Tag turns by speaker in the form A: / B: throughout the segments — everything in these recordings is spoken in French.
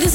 A: This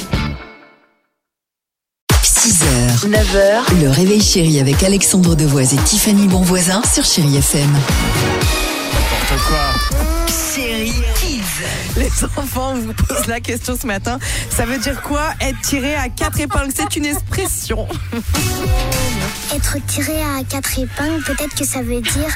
B: 6h, 9h, le réveil chéri avec Alexandre Devoise et Tiffany Bonvoisin sur Chérie FM. Chérie Kids.
C: Les enfants, on vous pose la question ce matin. Ça veut dire quoi être tiré à quatre épingles C'est une expression.
D: Être tiré à quatre épingles, peut-être que ça veut dire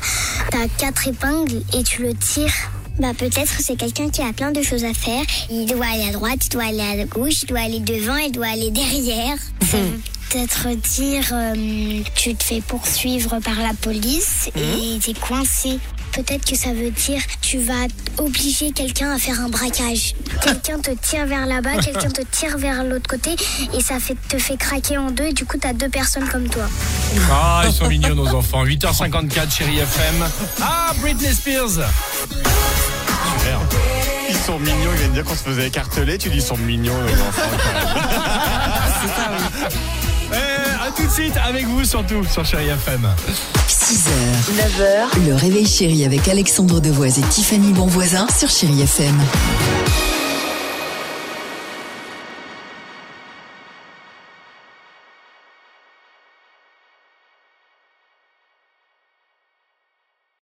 D: t'as quatre épingles et tu le tires. Bah peut-être que c'est quelqu'un qui a plein de choses à faire. Il doit aller à droite, il doit aller à gauche, il doit aller devant, il doit aller derrière. Ça veut peut-être dire euh, tu te fais poursuivre par la police et t'es coincé. Peut-être que ça veut dire tu vas obliger quelqu'un à faire un braquage. Quelqu'un te tire vers là-bas, quelqu'un te tire vers l'autre côté et ça fait, te fait craquer en deux et du coup t'as deux personnes comme toi.
E: Ah, ils sont mignons nos enfants. 8h54, chérie FM. Ah, Britney Spears. Super.
F: Ils sont mignons, il vient de dire qu'on se faisait écarteler. Tu dis ils sont mignons, nos enfants.
E: Eh, à tout de suite avec vous surtout sur chérie FM.
B: 6h, 9h, le réveil chéri avec Alexandre Devoise et Tiffany Bonvoisin sur Chérie FM.